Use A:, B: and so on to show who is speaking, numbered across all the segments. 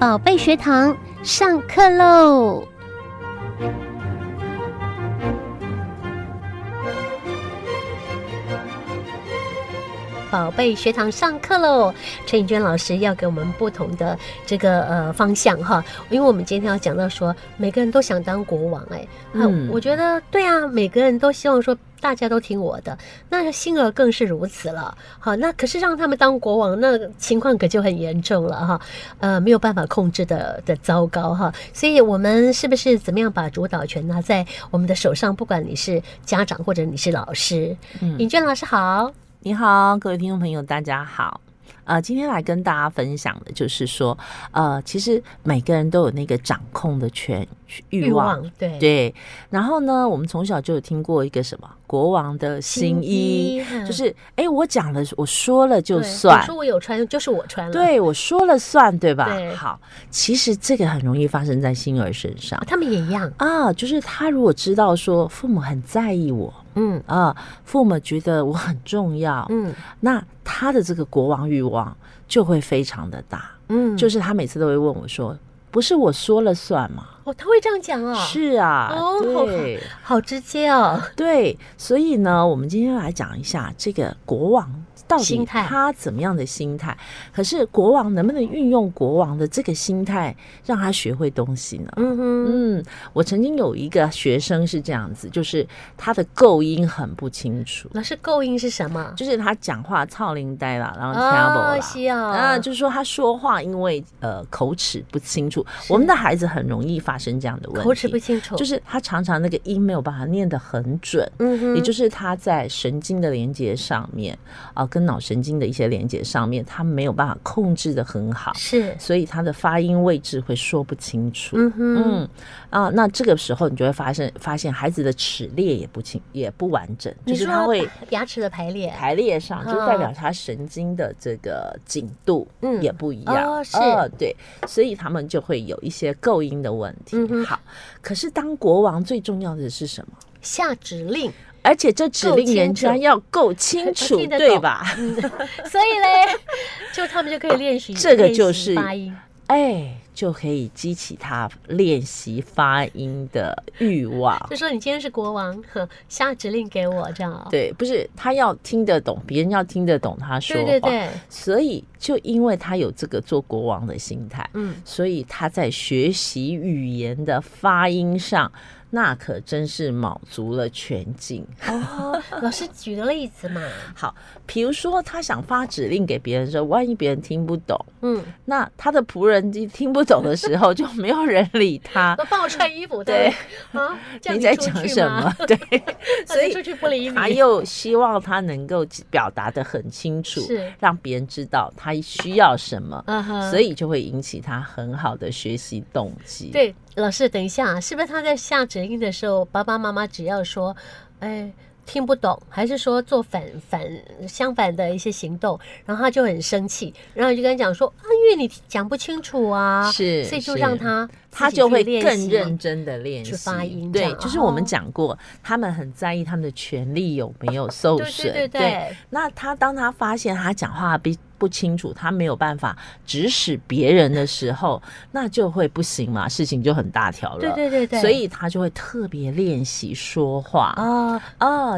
A: 宝贝学堂上课喽！宝贝学堂上课喽！陈颖娟老师要给我们不同的这个呃方向哈，因为我们今天要讲到说，每个人都想当国王哎、啊
B: 嗯
A: 我觉得对啊，每个人都希望说大家都听我的，那星儿更是如此了。好，那可是让他们当国王，那情况可就很严重了哈，呃，没有办法控制的的糟糕哈。所以我们是不是怎么样把主导权拿在我们的手上？不管你是家长或者你是老师，
B: 嗯
A: 颖娟老师好。
B: 你好，各位听众朋友，大家好。呃，今天来跟大家分享的就是说，呃，其实每个人都有那个掌控的权欲望，
A: 对
B: 对。然后呢，我们从小就有听过一个什么国王的新衣，
A: 嗯
B: 就是哎、诶我讲了，我说了就
A: 对
B: 算
A: 我，说我有穿，就是我穿了。哦
B: 对我说了算，对吧？
A: 对
B: 好，其实这个很容易发生在星儿身上
A: 啊，他们也一样。
B: 啊，就是他如果知道说父母很在意我
A: 嗯
B: 啊，父母觉得我很重要，
A: 嗯
B: 那他的这个国王欲望就会非常的大，
A: 嗯，
B: 就是是他每次都会问我说：“不是我说了算吗
A: 哦，他会这样讲？”哦，
B: 是啊，
A: 哦
B: 对
A: 好直接哦。
B: 对，所以呢，我们今天来讲一下这个国王到
A: 心
B: 底
A: 态
B: 他怎么样的心态，可是国王能不能运用国王的这个心态，让他学会东西呢？
A: 嗯哼，
B: 嗯，我曾经有一个学生是这样子，就是他的构音很不清楚，
A: 老师构音是什么？
B: 就是他讲话操铃呆啦，然后 t r o u b l
A: 啊，
B: 啦，
A: 西哦，
B: 啊，就是说他说话因为呃口齿不清楚，我们的孩子很容易发生这样的问题，
A: 口齿不清楚，
B: 就是他常常那个音没有办法念得很准。
A: 嗯哼，
B: 也就是他在神经的连接上面啊、跟脑神经的一些连接上面，他没有办法控制的很好，
A: 是
B: 所以他的发音位置会说不清楚。
A: 嗯哼，
B: 嗯啊，那这个时候你就会发现，发现孩子的齿列也不清，也不完整，就
A: 你
B: 是
A: 说
B: 他会
A: 牙齿的排列，
B: 排列上，就代
A: 嗯
B: 表他神经的这个紧度
A: 嗯
B: 也不一样。
A: 哦是
B: 呃对，所以他们就会有一些构音的问题。
A: 嗯哼
B: 好，可是当国王最重要的是什么？
A: 下指 令，
B: 而且这指
A: 够
B: 令人
A: 清
B: 家
A: 楚
B: 要够清楚，
A: 听得
B: 对
A: 懂
B: 吧？
A: 所以嘞，就他们就可以练习，
B: 这个
A: 练习
B: 就是
A: 发音，
B: 哎，就可以激起他练习发音的欲望。
A: 就说你今天是国王，呵下指令给我这样哦，
B: 对，不是他要听得懂，别人要听得懂他说话。
A: 对对对，
B: 所以就因为他有这个做国王的心态，
A: 嗯，
B: 所以他在学习语言的发音上，那可真是卯足了全劲。
A: 哦，老师举个例子嘛，
B: 好，比如说他想发指令给别人的时候，万一别人听不懂，
A: 嗯，
B: 那他的仆人一听不懂的时候，就没有人理他
A: 那。啊帮我穿衣服，
B: 对
A: 不对 啊，这样
B: 在
A: 出去
B: 讲什
A: 吗
B: 么？？对，
A: 所
B: 所
A: 以
B: 以
A: 出去不理
B: 他
A: 你，
B: 又希望他能够表达的很清楚
A: 是，
B: 让别人知道他需要什么。
A: 嗯哼
B: 所以就会引起他很好的学习动机。，
A: 对老师，等一下，是不是他在下指令的时候，爸爸妈妈只要说，哎。听不懂，还是说做反反相反的一些行动，然后他就很生气，然后就跟他讲说啊，因为你讲不清楚啊，
B: 是
A: 所以就是让他
B: 他
A: 自己
B: 就
A: 去
B: 会
A: 练
B: 更
A: 习
B: 认真的练习
A: 去发音这
B: 对，
A: 样
B: 就是我们
A: 哦
B: 讲过，他们很在意他们的权利有没有受
A: 对
B: 损。
A: 对对对，
B: 那他当他发现他讲话不不清楚，他没有办法指使别人的时候， 那就会不行嘛，事情就很大条了。
A: 对对对对，
B: 所以他就会特别练习说话啊、
A: 啊，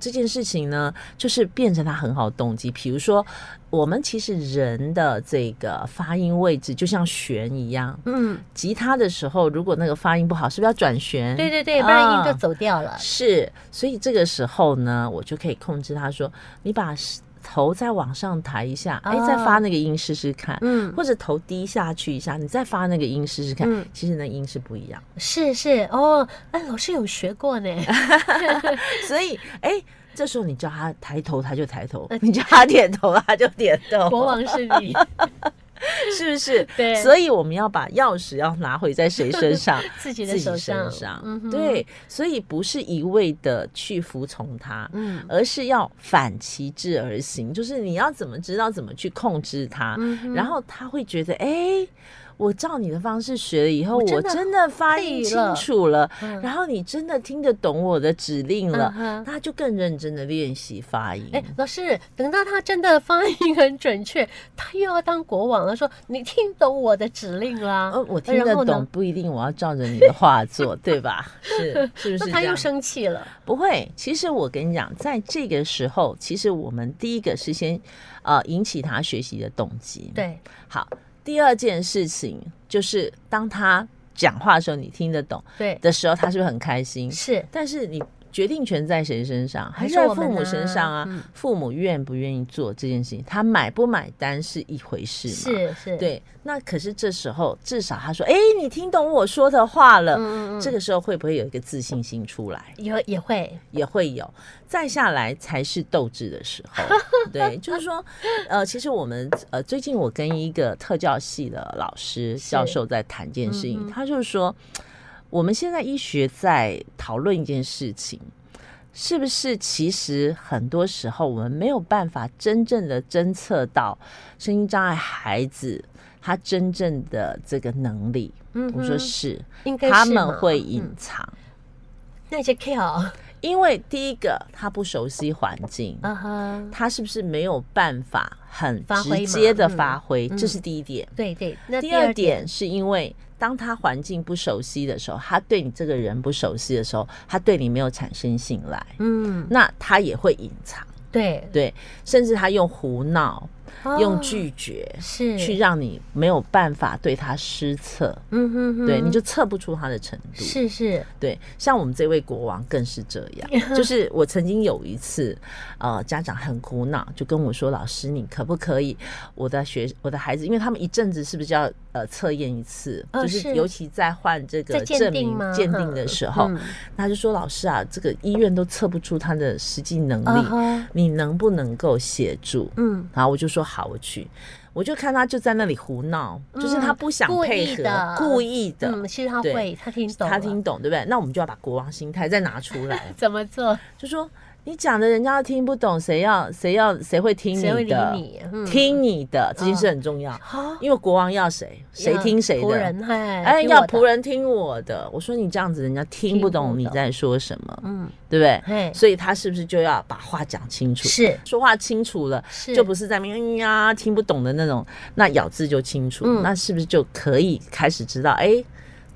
B: 这件事情呢，就是变成他很好的动机。比如说，我们其实人的这个发音位置就像弦一样，
A: 嗯，
B: 吉他的时候如果那个发音不好，是不是要转弦？
A: 对对对，不然音就
B: 啊
A: 走掉了，
B: 是，所以这个时候呢，我就可以控制他说，你把头再往上抬一下，哎、再发那个音试试看，
A: 嗯，
B: 或者头低下去一下，你再发那个音试试看，
A: 嗯
B: 其实那音是不一样。
A: 是是哦，哎，老师有学过呢，
B: 所以，哎、这时候你叫他抬头，他就抬头；你叫他点头，他就点 头。
A: 国王是你，
B: 是不是？
A: 对
B: 所以我们要把钥匙要拿回在谁身上？
A: 自己的
B: 自己
A: 手
B: 身
A: 上，
B: 上。
A: 嗯哼，
B: 对，所以不是一味的去服从他。
A: 嗯
B: 而是要反其制而行，就是你要怎么知道怎么去控制他，
A: 嗯哼
B: 然后他会觉得，哎、我照你的方式学了以后，
A: 我真
B: 我真
A: 的
B: 的发
A: 会
B: 音
A: 了
B: 清楚了，
A: 嗯
B: 然后你真的听得懂我的指令了，
A: 嗯哼
B: 那就更认真的练习发音。
A: 哎、老师，等到他真的发音很准确，他又要当国王了，说你听懂我的指令啦。
B: 呃，我听得
A: 然后
B: 懂
A: 呢，
B: 不一定我要照着你的 话做，对吧？是是不是
A: 那
B: 这
A: 他又
B: 样？
A: 生气了。
B: 不会，其实我跟你讲，在这个时候，其实我们第一个是先呃引起他学习的动机。，
A: 对，
B: 好，第二件事情就是当他讲话的时候，你听得懂
A: 对，
B: 的时候，他是不是很开心？
A: 是，
B: 但是你决定权在谁身上？还是
A: 还
B: 在
A: 是我们
B: 父母身上
A: 啊
B: 啊？
A: 嗯
B: 父母愿不愿意做这件事情，他买不买单是一回事嘛？
A: 是是，，
B: 对，那可是这时候至少他说：“哎、你听懂我说的话了。
A: 嗯嗯嗯，
B: 呃这个时候会不会有一个自信心出来？
A: 也也会，
B: 也会有，再下来才是斗志的时 候。对，就是说，呃，其实我们呃，最近我跟一个特教系的老师
A: 是
B: 教授在谈一件事情，
A: 嗯哼
B: 他就是说，我们现在医学在讨论一件事情。是不是其实很多时候我们没有办法真正的侦测到身心障碍孩子他真正的这个能力？
A: 嗯
B: 我说
A: 哼
B: 是，
A: 应该
B: 他
A: 是
B: 们
A: 嘛
B: 会隐
A: 嗯
B: 藏，
A: 那些 kill，
B: 因为第一个他不熟悉环境，
A: 啊哈，
B: 他是不是没有办法很
A: 发挥
B: 直
A: 嘛
B: 接的
A: 嗯
B: 发挥？
A: 嗯
B: 这是第一点。
A: 对对，那
B: 第
A: 二
B: 二，点是因为当他环境不熟悉的时候，他对你这个人不熟悉的时候，他对你没有产生信赖，
A: 嗯，
B: 那他也会隐藏，
A: 对，
B: 对，甚至他用胡闹、用
A: 哦
B: 拒绝
A: 是
B: 去，让你没有办法对他施测，
A: 嗯哼哼，
B: 对，你就测不出他的程度。
A: 是是，
B: 对，像我们这位国王更是这 样。就是我曾经有一次，呃，家长很苦恼，就跟我说：“老师，你可不可以我的学我的孩子，因为他们一阵子是不是就要呃测验一次？
A: 嗯
B: 就是是尤其在换这个
A: 在鉴
B: 证
A: 定
B: 明
A: 吗
B: 鉴定的时候，
A: 嗯
B: 他就说：老师啊，这个医院都测不出他的实际能
A: 啊
B: 力，
A: 哈，
B: 你能不能够协助？”
A: 嗯，
B: 然后我就说好，我去。我就看他就在那里胡闹，就是他
A: 嗯
B: 不想
A: 故
B: 配
A: 意
B: 合，
A: 的
B: 故意的，
A: 嗯，其实他
B: 对
A: 会，他听懂，
B: 他听，懂，对不对？那我们就要把国王心态再拿出
A: ，
B: 来
A: 怎么做，
B: 就说你讲的人家都听不懂，谁要谁要谁会听
A: 谁会
B: 你
A: 理
B: 的？
A: 你？嗯，
B: 听你的这件事很重要，
A: 好，
B: 因为国王要谁，谁
A: 要
B: 听谁
A: 仆
B: 的。
A: 人，哎，
B: 哎，
A: 听
B: 要
A: 我的
B: 仆，人听我的。我说你这样子，人家听不
A: 听
B: 懂
A: 不
B: 你
A: 懂
B: 在说什么，
A: 嗯，
B: 对不对？
A: 嘿，
B: 所以他是不是就要把话讲清楚？
A: 是
B: 说话清楚了，
A: 是，
B: 就不是在那边嗯呀听不懂的那种，那咬字就清楚，
A: 嗯
B: 那是不是就可以开始知道，哎、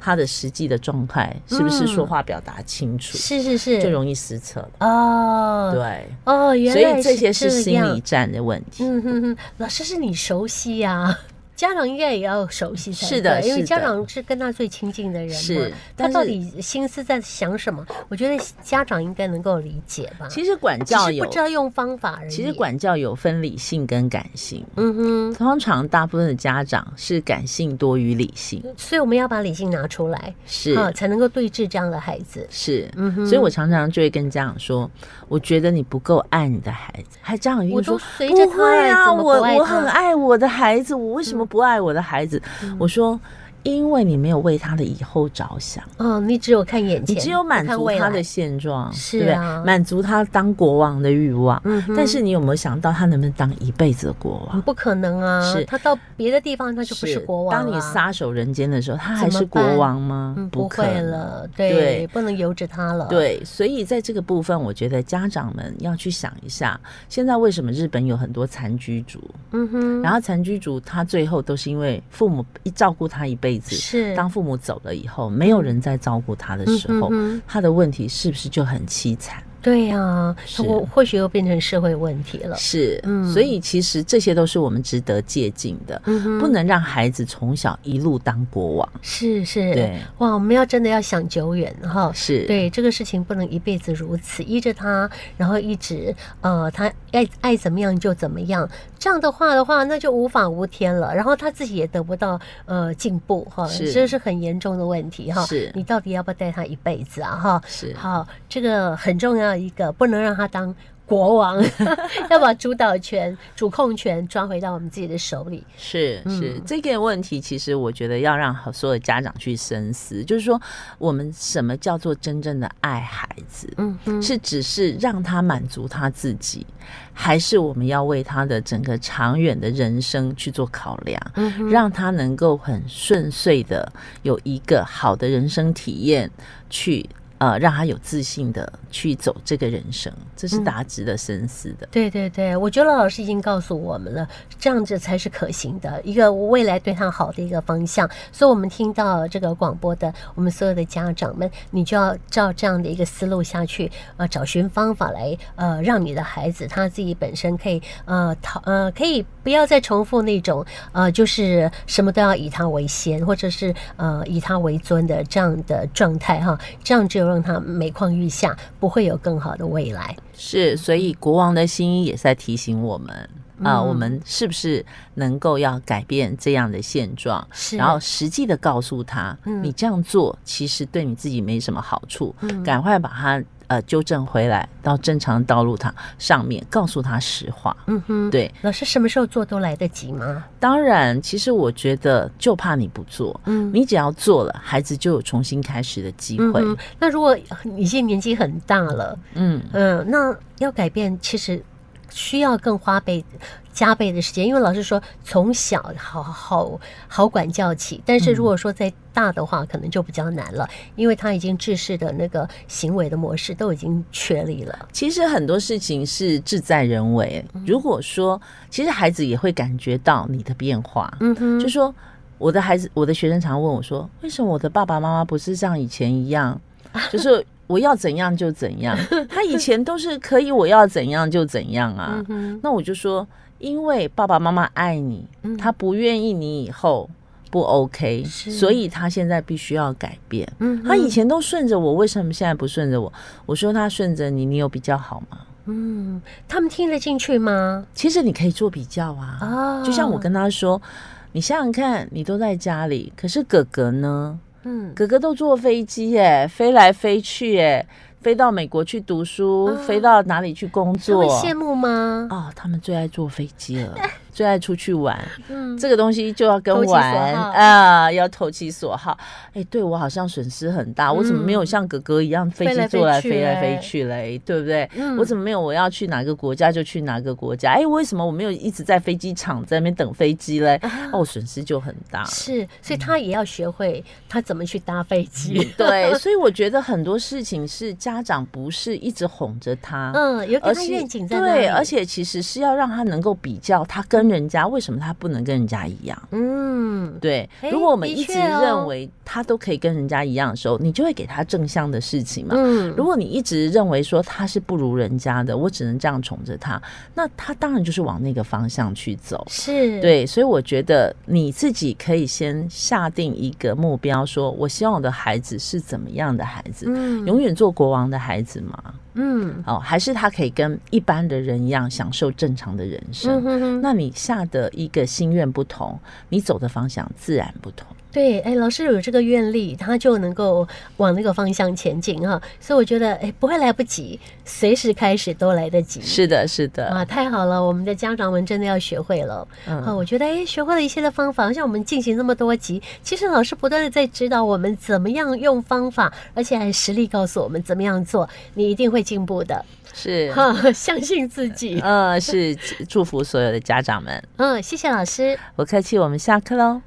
B: 他的实际的状态是不是说话表达清楚，
A: 是是是，
B: 就容易失策了。
A: 哦，
B: 对，
A: 哦，原
B: 所
A: 来
B: 以这些是
A: 这
B: 心
A: 样
B: 理。战的问题。
A: 嗯哼哼，老师是你熟悉呀、家长应该也要熟悉才
B: 是的
A: 对因为
B: 是
A: 家
B: 的
A: 长是跟他最亲近的人嘛，
B: 是
A: 他
B: 但
A: 到
B: 是
A: 底心思在想什么？我觉得家长应该能够理解吧。
B: 其实管
A: 只
B: 教
A: 是
B: 有
A: 不，知道用方法而已。
B: 其实，管教有分理性跟感性。
A: 嗯
B: 通常大部分的家长是感性多于理性，
A: 哼，所以我们要把理性拿出来，
B: 是
A: 啊，才能够对峙这样的孩子。
B: 是。
A: 嗯哼，
B: 所以我常常就会跟家长说，我觉得你不够爱你的孩子。还家长一
A: 我
B: 定
A: 都
B: 说，
A: 随着
B: 不
A: 他
B: 会
A: 了
B: 啊，
A: 怎么不
B: 我
A: 爱
B: 我
A: 他嗯
B: 很爱我的孩子，我为什么不爱我的孩子？我说，因为你没有为他的以后着想，
A: 哦，你只有看眼
B: 你
A: 前，
B: 只有满
A: 不看
B: 足
A: 未
B: 他
A: 来
B: 的，现状，
A: 是
B: 对不对
A: 啊？
B: 满足他当国王的欲望，
A: 嗯哼，
B: 但是你有没有想到他能不能当一辈子的国王？
A: 不可能啊，
B: 是
A: 他到别的地方他就不是国王、啊。
B: 当你撒手人间的时候，他还
A: 怎么
B: 是国
A: 办
B: 王吗？
A: 嗯，不
B: 不可
A: 会
B: 能。
A: 了，对，
B: 对
A: 不能由着他了，，
B: 对，所以在这个部分，我觉得家长们要去想一下，现在为什么日本有很多残居族？
A: 嗯哼，
B: 然后残居族他最后都是因为父母一照顾他一辈子，
A: 是
B: 当父母走了以后，没有人再照顾他的
A: 嗯
B: 时候，
A: 嗯哼
B: 他的问题是不是就很凄惨？
A: 对呀、
B: 是
A: 我或许又变成社会问题了，
B: 是，
A: 嗯
B: 所以其实这些都是我们值得借鉴的，
A: 嗯哼，
B: 不能让孩子从小一路当国王。
A: 是是，
B: 对，
A: 哇，我们要真的要想久远哈。
B: 是，
A: 对这个事情不能一辈子如此依着他，然后一直呃，他爱爱怎么样就怎么样。这样的话的话，那就无法无天了。然后他自己也得不到呃进步哈，
B: 是
A: 这是很严重的问题哈。
B: 是
A: 你 到底要不要带他一辈子啊哈？
B: 是，
A: 好，这个很重要一个，不能让他当国王， 要把主导权、主控权抓回到我们自己的手里。
B: 是是
A: 嗯，
B: 这个问题其实我觉得要让所有家长去深思，就是说我们什么叫做真正的爱孩子？
A: 嗯哼，
B: 是只是让他满足他自己，还是我们要为他的整个长远的人生去做考量，
A: 嗯哼
B: 让他能够很顺遂的有一个好的人生体验，去呃让他有自信的去走这个人生，这是大家值得深思的。
A: 对对对，我觉得老师已经告诉我们了，这样子才是可行的，一个未来对他好的一个方向。所以，我们听到这个广播的，我们所有的家长们，你就要照这样的一个思路下去，呃，找寻方法来，呃，让你的孩子他自己本身可以，呃，逃，呃，可以不要再重复那种，呃，就是什么都要以他为先，或者是呃以他为尊的这样的状态哈，这样只有让他每况愈下，不会有更好的未来。
B: 是，所以国王的心意也是在提醒我们啊、
A: 嗯
B: 我们是不是能够要改变这样的现状？
A: 是，
B: 然后实际的告诉他，
A: 嗯
B: 你这样做其实对你自己没什么好处，
A: 嗯
B: 赶快把它呃纠正回来到正常的道路它上面，告诉他实话。
A: 嗯哼，
B: 对，
A: 老师什么时候做都来得及吗？
B: 当然，其实我觉得就怕你不做，
A: 嗯，
B: 你只要做了，孩子就有重新开始的机会。
A: 嗯哼那如果你现在年纪很大了，
B: 嗯
A: 嗯，那要改变其实需要更花倍加倍的时间，因为老师说从小好好好管教起，但是如果说再大的话，可能就比较难了，因为他已经制式的那个行为的模式都已经确立了。
B: 其实很多事情是志在人为。
A: 嗯
B: 如果说，其实孩子也会感觉到你的变化。
A: 嗯哼，
B: 就说我的孩子，我的学生常问我说，为什么我的爸爸妈妈不是像以前 一样，就是我要怎样就怎样？他以前都是可以我要怎样就怎样啊
A: 嗯。哼，
B: 那我就说，因为爸爸妈妈爱你
A: 嗯，
B: 他不愿意你以后不 OK，
A: 是
B: 所以他现在必须要改变。
A: 嗯哼
B: 他以前都顺着我，为什么现在不顺着我？我说他顺着你，你有比较好吗？
A: 嗯，他们听得进去吗？
B: 其实你可以做比较啊。
A: 啊，
B: 就像我跟他说，你想想看，你都在家里，可是哥哥呢？
A: 嗯
B: 哥哥都坐飞机耶，飞来飞去耶，飞到美国去读书，
A: 啊
B: 飞到哪里去工
A: 他
B: 作
A: 会？羡慕吗？
B: 哦，他们最爱坐飞机了，最爱出去玩。
A: 嗯，
B: 这个东西就要跟
A: 投其所
B: 玩
A: 好
B: 啊、要投其所好。哎，对我好像损失很大，我怎么没有
A: 嗯
B: 像哥哥一样飞
A: 飞来
B: 机
A: 飞
B: 坐来
A: 去
B: 飞
A: 嘞
B: 来飞去嘞？对不对？
A: 嗯
B: 我怎么没有我要去哪个国家就去哪个国家？哎，为什么我没有一直在飞机场在那边等飞 机嘞？哦，损失就很大了。
A: 是，所以他
B: 嗯
A: 也要学会他怎么去搭飞机。
B: 对，所以我觉得很多事情是家长不是一直哄着他，
A: 嗯，有给
B: 而
A: 他
B: 是
A: 愿景在那里
B: 对，而且其实是要让他能够比较，他跟人家为什么他不能跟人家一样？
A: 嗯，
B: 对
A: 诶，
B: 如果我们
A: 的
B: 一直
A: 确哦
B: 认为他都可以跟人家一样的时候，你就会给他正向的事情嘛。
A: 嗯，
B: 如果你一直认为说他是不如人家的，我只能这样宠着他，那他当然就是往那个方向去走。
A: 是，，
B: 对，所以我觉得你自己可以先下定一个目标，说我希望我的孩子是怎么样的孩子，
A: 嗯
B: 永远做国王的孩子吗？
A: 嗯
B: 哦，还是他可以跟一般的人一样享受正常的人
A: 嗯
B: 生？
A: 哼哼，
B: 啊那你下的一个心愿不同，你走的方向自然不同。
A: 对，哎，老师有这个愿力，他就能够往那个方向前进哈。所以我觉得，哎，不会来不及，随时开始都来得及。
B: 是的，是的，
A: 啊，太好了！我们的家长们真的要学会了。啊，
B: 嗯，
A: 我觉得哎，学会了一些的方法，像我们进行那么多集，其实老师不断的在指导我们怎么样用方法，而且还实力告诉我们怎么样做，你一定会进步的，
B: 是，
A: 哈，相信自
B: 嗯
A: 己。
B: 嗯，是祝福所有的家长们。
A: 嗯，谢谢老师。
B: 不客气，我们下课喽。